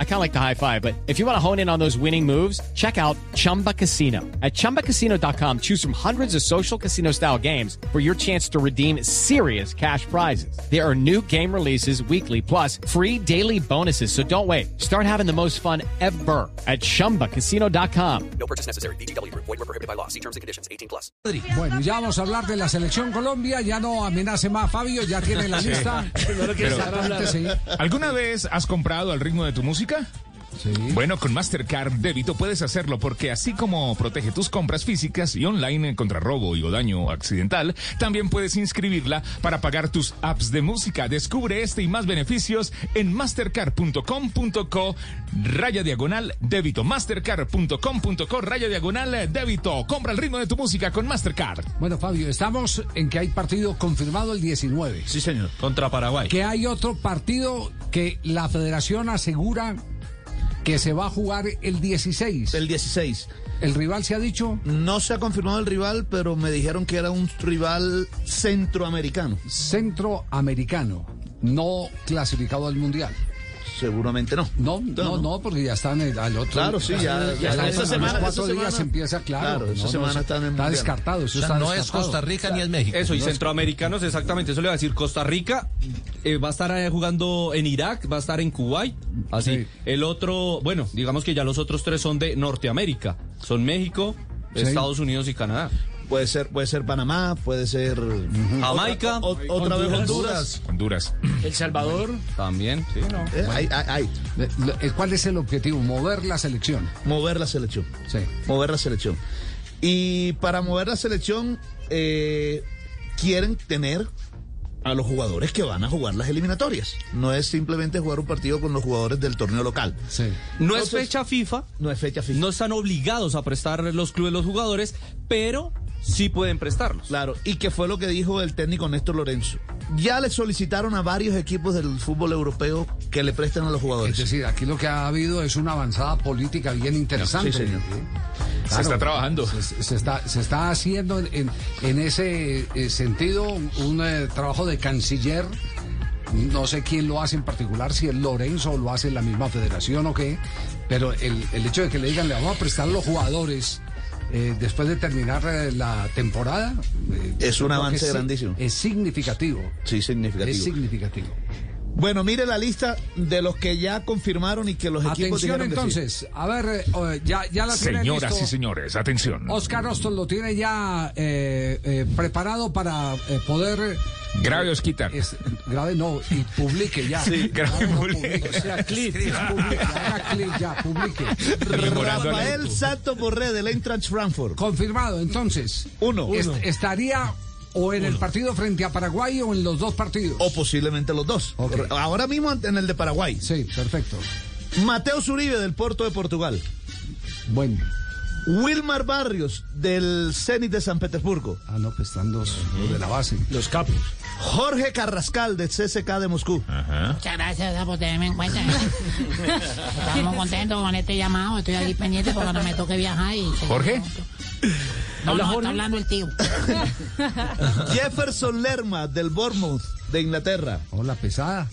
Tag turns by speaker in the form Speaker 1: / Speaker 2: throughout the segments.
Speaker 1: I kind of like the high five, but if you want to hone in on those winning moves, check out Chumba Casino. At chumbacasino.com, choose from hundreds of social casino style games for your chance to redeem serious cash prizes. There are new game releases weekly, plus free daily bonuses. So don't wait. Start having the most fun ever at chumbacasino.com.
Speaker 2: No purchase necessary. BGW. Void were prohibited by law. See terms and conditions. 18 plus.
Speaker 3: Bueno, ya vamos a hablar de la selección Colombia. Ya no amenace más Fabio, ya tiene la lista. Antes sí.
Speaker 4: ¿Alguna vez has comprado al ritmo de tu música? Bueno, con Mastercard Débito puedes hacerlo porque así como protege tus compras físicas y online contra robo y o daño accidental, también puedes inscribirla para pagar tus apps de música. Descubre este y más beneficios en mastercard.com.co raya diagonal débito. Mastercard.com.co raya diagonal débito. Compra el ritmo de tu música con Mastercard.
Speaker 3: Bueno, Fabio, estamos en que hay partido confirmado el 19.
Speaker 5: Sí, señor. Contra Paraguay.
Speaker 3: Que hay otro partido que la federación asegura que se va a jugar el 16.
Speaker 5: El 16.
Speaker 3: El rival se ha dicho.
Speaker 5: No se ha confirmado el rival, pero me dijeron que era un rival centroamericano.
Speaker 3: centroamericano, no clasificado al mundial.
Speaker 5: Seguramente no.
Speaker 3: No, no, no, porque ya están el- al otro.
Speaker 5: Claro, sí, ya- ya-
Speaker 3: están
Speaker 5: esa
Speaker 3: a los
Speaker 5: semana-
Speaker 3: cuatro
Speaker 5: esa
Speaker 3: días
Speaker 5: semana-
Speaker 3: empieza, claro.
Speaker 5: claro, esa semana están en
Speaker 3: Está
Speaker 5: Mundial.
Speaker 3: descartado. Eso
Speaker 6: O sea,
Speaker 3: está
Speaker 6: no es
Speaker 3: descartado.
Speaker 6: Costa Rica ni es México.
Speaker 7: Eso, y
Speaker 6: No es-
Speaker 7: centroamericanos, exactamente. Eso le va a decir Costa Rica. eh, va a estar eh, jugando en Irak, va a estar en Kuwait. Así.
Speaker 3: Sí.
Speaker 7: El otro, bueno, digamos que ya los otros tres son de Norteamérica. Son México,
Speaker 3: Sí.
Speaker 7: Estados Unidos y Canadá.
Speaker 5: Puede ser, puede ser Panamá, puede ser
Speaker 7: Jamaica.
Speaker 5: Mm. o- otra vez Honduras.
Speaker 4: Honduras.
Speaker 7: También, sí, no.
Speaker 5: Eh, hay- hay- hay.
Speaker 3: Le- le- Eh, ¿Cuál es el objetivo? Mover la selección.
Speaker 5: Mover la selección.
Speaker 3: Sí.
Speaker 5: Mover la selección. Y para mover la selección, eh, quieren tener a los jugadores que van a jugar las eliminatorias. No es simplemente jugar un partido con los jugadores del torneo local.
Speaker 3: Sí.
Speaker 7: No es
Speaker 5: Entonces-
Speaker 7: fecha FIFA.
Speaker 5: No es fecha fija.
Speaker 7: No están obligados a prestar los clubes los jugadores, pero sí pueden prestarlos.
Speaker 5: Claro, y que fue lo que dijo el técnico Néstor Lorenzo. Ya le solicitaron a varios equipos del fútbol europeo que le presten a los
Speaker 3: Es
Speaker 4: Pues
Speaker 5: jugadores.
Speaker 3: decir, aquí lo que ha habido es una avanzada política bien interesante.
Speaker 5: Sí, señor.
Speaker 4: Se está trabajando.
Speaker 3: Se, se está, se está haciendo en, en- en ese eh, sentido un eh, trabajo de canciller. No sé quién lo hace en particular, si es Lorenzo o lo hace la misma federación o qué, pero el, el hecho de que le digan le vamos a prestar los jugadores eh, después de terminar eh, la temporada eh,
Speaker 5: Es
Speaker 3: yo
Speaker 5: un
Speaker 3: creo que
Speaker 5: avance
Speaker 3: sí-
Speaker 5: grandísimo.
Speaker 3: Es significativo.
Speaker 5: Sí,
Speaker 3: Es
Speaker 5: significativo.
Speaker 3: significativo.
Speaker 5: Bueno, mire la lista de los que ya confirmaron y que los equipos
Speaker 3: Atención
Speaker 5: dijeron que sí.
Speaker 3: entonces, a ver, eh, eh, ya, ya la tienen
Speaker 4: Señoras
Speaker 3: listo.
Speaker 4: y señores, atención.
Speaker 3: Oscar Ostos lo tiene ya eh, eh, preparado para eh, poder.
Speaker 4: Grave Osquitar.
Speaker 3: es- grave no, y publique ya.
Speaker 4: grave
Speaker 3: no,
Speaker 4: publique.
Speaker 3: publique, O sea, clic, publique, haga clic ya, publique.
Speaker 4: Memorando
Speaker 5: Rafael Santo Borré del Eintracht Frankfurt.
Speaker 3: Confirmado, entonces.
Speaker 5: Uno.
Speaker 3: Est-
Speaker 5: Uno.
Speaker 3: Estaría o en el partido frente a Paraguay o en los dos partidos.
Speaker 5: O posiblemente los dos.
Speaker 3: Ok.
Speaker 5: Ahora mismo en el de Paraguay.
Speaker 3: Sí, perfecto.
Speaker 5: Mateo Zuribe del Porto de Portugal.
Speaker 3: Bueno.
Speaker 5: Wilmar Barrios del Zenit de San Petersburgo.
Speaker 3: Ah, no, pues están los, los de la base.
Speaker 5: Los capos. Jorge Carrascal del CSK de Moscú.
Speaker 8: Muchas gracias por tenerme en cuenta. ¿eh? Estamos contentos con este llamado. Estoy aquí pendiente porque no me toque viajar. Y
Speaker 4: Jorge.
Speaker 8: No, no, está hablando el tío.
Speaker 5: Jefferson Lerma del Bournemouth de Inglaterra.
Speaker 3: Hola, pesada.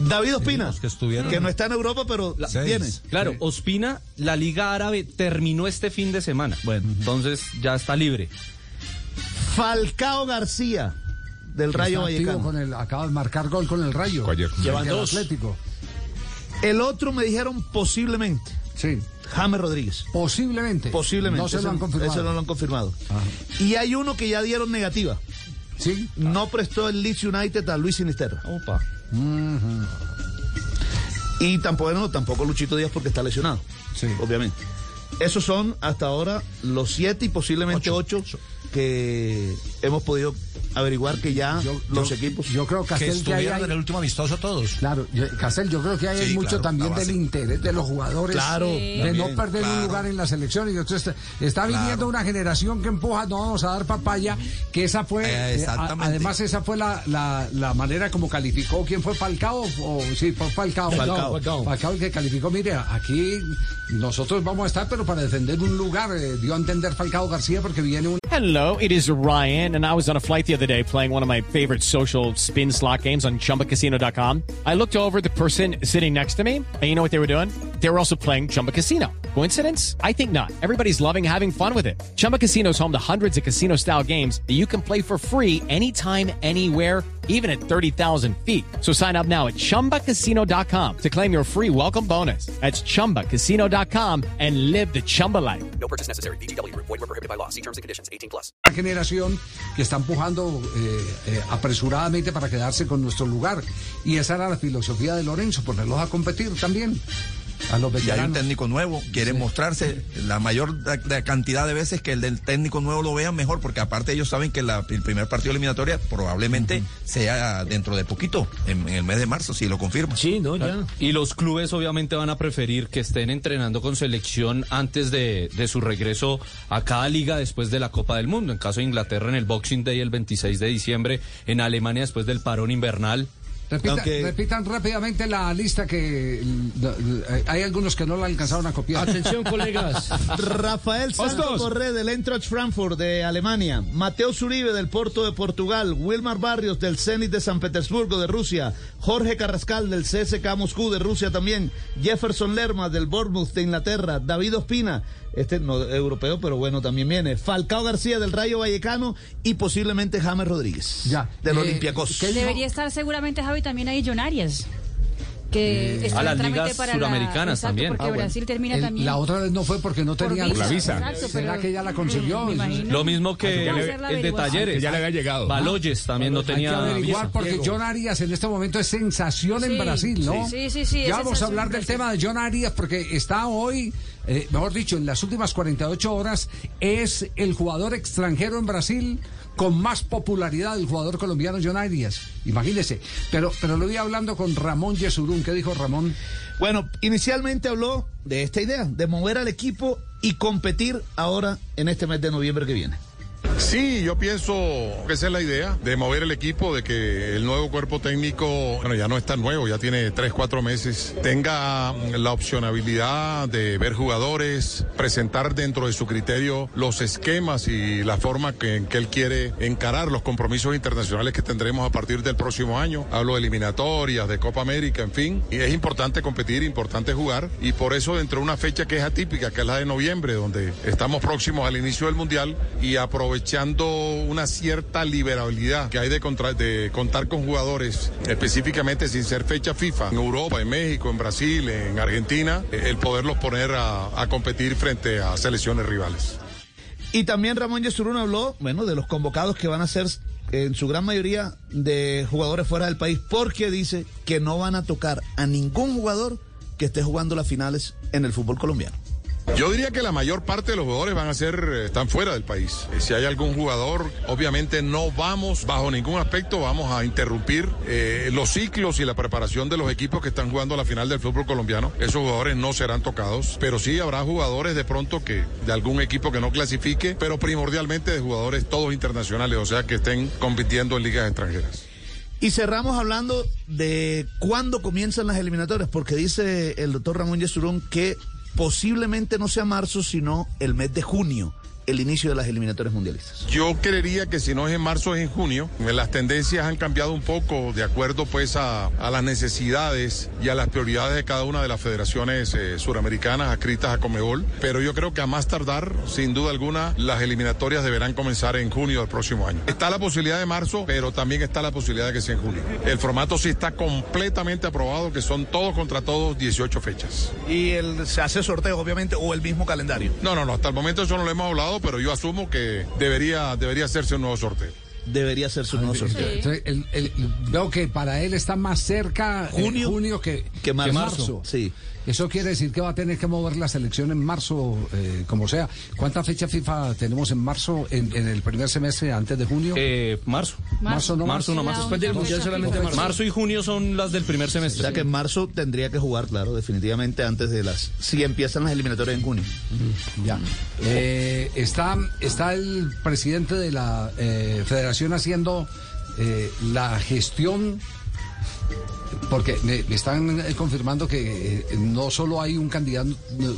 Speaker 5: David Ospina,
Speaker 6: Dijimos que estuvieron.
Speaker 5: no está en Europa, pero la,
Speaker 6: Seis.
Speaker 5: viene.
Speaker 7: Claro, Ospina, la Liga Árabe terminó este fin de semana. Bueno, entonces ya está libre.
Speaker 5: Falcao García del Rayo
Speaker 3: Está activo
Speaker 5: Vallecano.
Speaker 3: con el- acaba de marcar gol con el Rayo.
Speaker 4: Ayer.
Speaker 3: Llevan
Speaker 5: dos.
Speaker 3: Atlético.
Speaker 5: El otro me dijeron posiblemente
Speaker 3: Sí.
Speaker 5: James Rodríguez.
Speaker 3: Posiblemente.
Speaker 5: Posiblemente.
Speaker 3: No se
Speaker 5: Ese-
Speaker 3: lo han confirmado.
Speaker 5: ese no lo han confirmado. Y hay uno que ya dieron negativa.
Speaker 3: Sí.
Speaker 5: No prestó el Leeds United a Luis Sinisterra.
Speaker 7: Opa.
Speaker 5: Y tampoco, no, tampoco Luchito Díaz porque está lesionado.
Speaker 3: Sí.
Speaker 5: Obviamente. Esos son hasta ahora los siete y posiblemente ocho, que hemos podido averiguar que ya
Speaker 3: Yo-
Speaker 5: los
Speaker 3: yo-
Speaker 5: equipos.
Speaker 3: Yo creo
Speaker 6: que
Speaker 3: Castel, que ahí
Speaker 6: estuvieron
Speaker 3: hay.
Speaker 6: en el último amistoso todos.
Speaker 3: Claro, yo- Castel, yo creo que ahí hay
Speaker 6: Sí,
Speaker 3: mucho
Speaker 6: claro,
Speaker 3: también
Speaker 6: la
Speaker 3: del
Speaker 6: base.
Speaker 3: interés de los jugadores.
Speaker 5: Claro,
Speaker 3: De no
Speaker 5: también,
Speaker 3: perder un
Speaker 6: claro.
Speaker 3: lugar en la selección. Y entonces está, está viniendo
Speaker 6: Claro.
Speaker 3: una generación que empuja, no vamos a dar papaya, que esa fue.
Speaker 6: Eh,
Speaker 3: eh, a-
Speaker 6: exactamente.
Speaker 3: además, esa fue la, la, la manera como calificó. ¿Quién fue Falcao? O, sí, fue Falcao.
Speaker 5: Falcao.
Speaker 3: Falcao. Falcao el que calificó. Mire, aquí nosotros vamos a estar, pero para defender un lugar. eh, dio a entender Falcao García porque viene un.
Speaker 1: Hello, it is Ryan, and I was on a flight the other day playing one of my favorite social spin slot games on chumbacasino.com. I looked over at the person sitting next to me, and you know what they were doing? They were also playing Chumba Casino. Coincidence? I think not. Everybody's loving having fun with it. Chumba Casino is home to hundreds of casino style games that you can play for free anytime, anywhere even at 30,000 feet. So sign up now at ChumbaCasino.com to claim your free welcome bonus. That's ChumbaCasino.com and live the Chumba life.
Speaker 2: No purchase necessary. BGW. Void were prohibited by law. See terms and conditions. 18 plus.
Speaker 3: Una generación que está empujando eh, eh, apresuradamente para quedarse con nuestro lugar. Y esa era la filosofía de Lorenzo, ponerlos a competir también. A los
Speaker 9: Y Pues hay un
Speaker 3: veteranos.
Speaker 9: técnico nuevo, quiere mostrarse la mayor da- da- cantidad de veces que el del técnico nuevo lo vean mejor, porque aparte ellos saben que la- el primer partido eliminatoria probablemente sea dentro de poquito, en, en el mes de marzo, si lo confirma.
Speaker 6: Sí, no, ya.
Speaker 7: Y los clubes obviamente van a preferir que estén entrenando con selección antes de, de su regreso a cada liga después de la Copa del Mundo. En caso de Inglaterra en el Boxing Day el 26 de diciembre, en Alemania después del parón invernal.
Speaker 3: Repita-
Speaker 5: Aunque-
Speaker 3: Repitan rápidamente la lista que l- l- eh, hay algunos que no la alcanzaron a copiar.
Speaker 6: Atención, colegas.
Speaker 5: Rafael Santos
Speaker 4: Hostos.
Speaker 5: Correa del Eintracht Frankfurt de Alemania, Mateo Zuribe del Porto de Portugal, Wilmar Barrios del Zenit de San Petersburgo de Rusia, Jorge Carrascal del CSK Moscú de Rusia también, Jefferson Lerma del Bournemouth de Inglaterra, David Ospina, este no europeo, pero bueno, también viene, Falcao García del Rayo Vallecano y posiblemente James Rodríguez
Speaker 3: Ya.
Speaker 5: del
Speaker 3: Eh,
Speaker 5: Olympiacos.
Speaker 3: ¿qué-
Speaker 10: Debería estar seguramente Javi también ahí John Arias.
Speaker 7: Eh,
Speaker 10: Que está
Speaker 7: A
Speaker 10: en
Speaker 7: las
Speaker 10: trámite
Speaker 7: ligas
Speaker 10: para la-
Speaker 7: suramericanas
Speaker 10: exacto,
Speaker 7: también.
Speaker 10: Porque
Speaker 7: Ah, bueno.
Speaker 10: Brasil termina
Speaker 3: El-
Speaker 10: también.
Speaker 3: la otra vez no fue porque no
Speaker 10: por
Speaker 3: tenía
Speaker 4: la visa.
Speaker 10: exacto,
Speaker 3: ¿Será
Speaker 10: pero-
Speaker 3: que ya la consiguió?
Speaker 10: Me imagino.
Speaker 7: Lo mismo
Speaker 3: Ah,
Speaker 7: que
Speaker 10: Ya le-
Speaker 7: el de
Speaker 4: Que
Speaker 7: Talleres.
Speaker 4: ya le había llegado.
Speaker 7: Baloyes también no
Speaker 3: Hay que
Speaker 7: tenía
Speaker 3: averiguar
Speaker 7: visa.
Speaker 3: porque John Arias en este momento es sensación en
Speaker 10: Sí,
Speaker 3: Brasil, ¿no?
Speaker 10: sí, sí, sí, es
Speaker 3: Ya vamos a
Speaker 10: sensación
Speaker 3: hablar
Speaker 10: en
Speaker 3: del
Speaker 10: Brasil.
Speaker 3: tema de John Arias porque está hoy, eh, mejor dicho, en las últimas 48 horas, es el jugador extranjero en Brasil con más popularidad del jugador colombiano John Arias. Imagínese. Pero, pero lo vi hablando con Ramón Yesurún. ¿Qué dijo Ramón?
Speaker 5: Bueno, inicialmente habló de esta idea, de mover al equipo y competir ahora en este mes de noviembre que viene.
Speaker 11: Sí, yo pienso que esa es la idea, de mover el equipo, de que el nuevo cuerpo técnico, bueno, ya no es tan nuevo, ya tiene tres, cuatro meses, tenga mm, la opcionabilidad de ver jugadores, presentar dentro de su criterio los esquemas y la forma que, en que él quiere encarar los compromisos internacionales que tendremos a partir del próximo año. Hablo de eliminatorias, de Copa América, en fin. Y es importante competir, importante jugar. Y por eso dentro de una fecha que es atípica, que es la de noviembre, donde estamos próximos al inicio del Mundial y aprovechando una cierta liberalidad que hay de, contra- de contar con jugadores, específicamente sin ser fecha FIFA, en Europa, en México, en Brasil, en Argentina, eh, el poderlos poner a- a competir frente a selecciones rivales.
Speaker 5: Y también Ramón Yesurún habló, bueno, de los convocados que van a ser en su gran mayoría de jugadores fuera del país, porque dice que no van a tocar a ningún jugador que esté jugando las finales en el fútbol colombiano.
Speaker 11: Yo diría que la mayor parte de los jugadores van a ser, eh, están fuera del país. Eh, Si hay algún jugador, obviamente no vamos, bajo ningún aspecto, vamos a interrumpir eh, los ciclos y la preparación de los equipos que están jugando la final del fútbol colombiano. Esos jugadores no serán tocados, pero sí habrá jugadores de pronto que, de algún equipo que no clasifique, pero primordialmente de jugadores todos internacionales, o sea que estén compitiendo en ligas extranjeras.
Speaker 5: Y cerramos hablando de cuándo comienzan las eliminatorias, porque dice el doctor Ramón Yesurún que posiblemente no sea marzo, sino el mes de junio, el inicio de las eliminatorias mundialistas.
Speaker 11: Yo creería que si no es en marzo es en junio. Eh, Las tendencias han cambiado un poco de acuerdo pues a, a las necesidades y a las prioridades de cada una de las federaciones eh, suramericanas adscritas a Comebol. Pero yo creo que a más tardar, sin duda alguna, las eliminatorias deberán comenzar en junio del próximo año. Está la posibilidad de marzo, pero también está la posibilidad de que sea en junio. El formato sí está completamente aprobado, que son todos contra todos 18 fechas.
Speaker 5: Y el, se hace sorteo, obviamente, o el mismo calendario.
Speaker 11: No, no, no, hasta el momento eso no lo hemos hablado, pero yo asumo que debería, debería hacerse un nuevo sorteo.
Speaker 5: Debería ser su nuevo sorteo.
Speaker 3: Entonces, el- el- veo que para él está más cerca eh,
Speaker 5: Junio
Speaker 3: que,
Speaker 5: que marzo. Sí.
Speaker 3: Eso quiere decir que va a tener que mover la selección en marzo, eh, como sea. ¿Cuántas fechas FIFA tenemos en marzo, en, en el primer semestre, antes de junio?
Speaker 7: Eh, marzo.
Speaker 3: Marzo no
Speaker 7: Marzo no
Speaker 10: La
Speaker 7: más.
Speaker 10: única
Speaker 7: Después del
Speaker 10: fecha
Speaker 7: Mundial
Speaker 10: FIFA.
Speaker 7: solamente marzo. Marzo y junio son las del primer
Speaker 5: O
Speaker 7: semestre.
Speaker 5: sea que en marzo tendría que jugar, claro, definitivamente antes de las. Si empiezan las eliminatorias en junio.
Speaker 3: Ya. Eh, está, está el presidente de la eh, federación haciendo eh, la gestión Porque me, me están eh, confirmando que eh, no solo hay un candidato,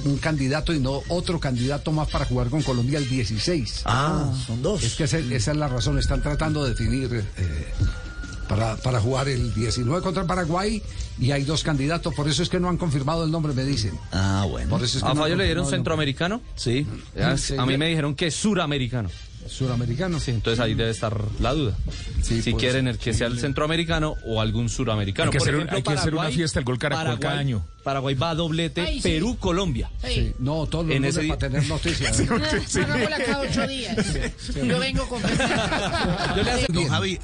Speaker 3: un candidato y no otro candidato más para jugar con Colombia el 16.
Speaker 5: Ah, son dos.
Speaker 3: Es que ese- esa es la razón. Están tratando de definir eh, para, para jugar el 19 contra Paraguay y hay dos candidatos. Por eso es que no han confirmado el nombre, me dicen.
Speaker 5: Ah, bueno.
Speaker 3: Por eso es que
Speaker 7: ¿A
Speaker 3: no han
Speaker 7: Fallo le dieron
Speaker 3: confirmado el
Speaker 7: centroamericano?
Speaker 5: Sí.
Speaker 7: Ya,
Speaker 3: Sí,
Speaker 7: A mí
Speaker 3: ya.
Speaker 7: me dijeron que es suramericano.
Speaker 3: Suramericano.
Speaker 7: Sí, entonces ahí debe estar la duda. si
Speaker 3: puede
Speaker 7: quieren
Speaker 3: ser.
Speaker 7: el que sea el centroamericano o algún
Speaker 4: Hay
Speaker 7: suramericano.
Speaker 4: que
Speaker 7: Por
Speaker 4: hacer un-
Speaker 7: ejemplo,
Speaker 4: hay que hacer una
Speaker 7: Paraguay-
Speaker 4: fiesta al gol Caracol cada
Speaker 7: Paraguay-
Speaker 4: año.
Speaker 7: Paraguay va a doblete
Speaker 8: Ay, sí.
Speaker 7: Perú-Colombia.
Speaker 8: Sí.
Speaker 3: nombre. No, todos los
Speaker 7: En
Speaker 3: lunes
Speaker 7: ese
Speaker 3: para
Speaker 7: día-
Speaker 3: tener noticias. ¿eh?
Speaker 8: Hagámosla cada ocho días. Yo vengo con.
Speaker 5: Yo le hace- Don Javi,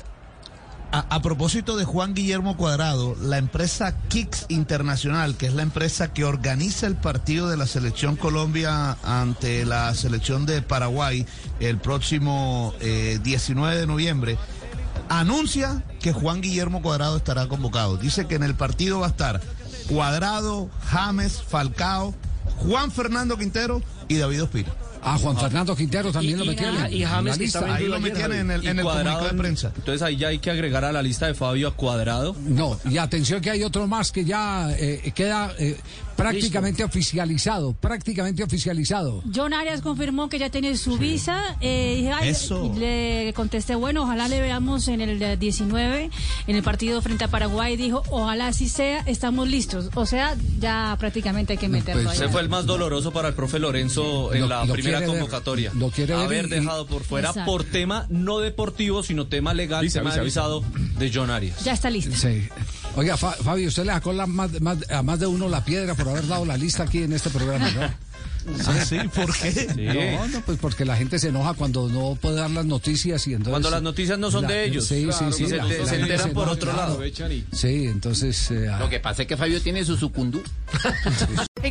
Speaker 5: a, a propósito de Juan Guillermo Cuadrado, la empresa Kicks Internacional, que es la empresa que organiza el partido de la selección Colombia ante la selección de Paraguay el próximo eh, 19 de noviembre, anuncia que Juan Guillermo Cuadrado estará convocado. Dice que en el partido va a estar Cuadrado, James, Falcao, Juan Fernando Quintero y David Ospina.
Speaker 3: Ah, Juan Fernando Quintero también lo metieron.
Speaker 12: y James
Speaker 3: en la
Speaker 12: que
Speaker 3: lista.
Speaker 12: estaba
Speaker 5: Ahí lo metieron en el,
Speaker 7: Y
Speaker 5: en el
Speaker 7: Cuadrado
Speaker 5: comunicado de
Speaker 7: en-
Speaker 5: prensa.
Speaker 7: Entonces ahí ya hay que agregar a la lista de Fabio a Cuadrado.
Speaker 3: No, y atención que hay otro más que ya eh, queda eh, prácticamente oficializado, prácticamente oficializado.
Speaker 10: John Arias confirmó que ya tiene su visa. eh, dije, ay,
Speaker 5: Eso.
Speaker 10: y Le contesté, bueno, ojalá le veamos en el eh, 19, en el partido frente a Paraguay. Dijo, ojalá así sea, estamos listos. O sea, ya prácticamente hay que meterlo
Speaker 3: Pues,
Speaker 10: ahí.
Speaker 7: Ese fue el más doloroso para el profe Lorenzo en
Speaker 3: Lo-
Speaker 7: la
Speaker 3: lo
Speaker 7: primera
Speaker 3: quiere ver,
Speaker 7: convocatoria.
Speaker 3: lo quiere ver
Speaker 7: Haber
Speaker 3: y-
Speaker 7: dejado por fuera
Speaker 10: Exacto.
Speaker 7: por tema no deportivo, sino tema legal,
Speaker 4: Avisa,
Speaker 7: tema de
Speaker 4: avisa,
Speaker 7: visado de John Arias.
Speaker 10: Ya está listo.
Speaker 3: Sí. Oiga, Fa- Fabio, usted le sacó la más- más- a más de uno la piedra por haber dado la lista aquí en este programa, ¿no?
Speaker 5: Ah, sí, ¿por qué?
Speaker 3: No, no, pues porque la gente se enoja cuando no puede dar las noticias y entonces...
Speaker 7: Cuando las noticias no son
Speaker 3: La-
Speaker 7: de ellos.
Speaker 3: Sí, sí, sí.
Speaker 7: Si se,
Speaker 3: la-
Speaker 7: te-
Speaker 3: la
Speaker 7: se
Speaker 3: gente
Speaker 7: enteran
Speaker 3: se
Speaker 7: por
Speaker 3: enoja,
Speaker 7: otro
Speaker 3: claro.
Speaker 7: lado.
Speaker 3: Sí, entonces... eh,
Speaker 12: Lo que pasa es que Fabio tiene su sucundú.
Speaker 1: Hey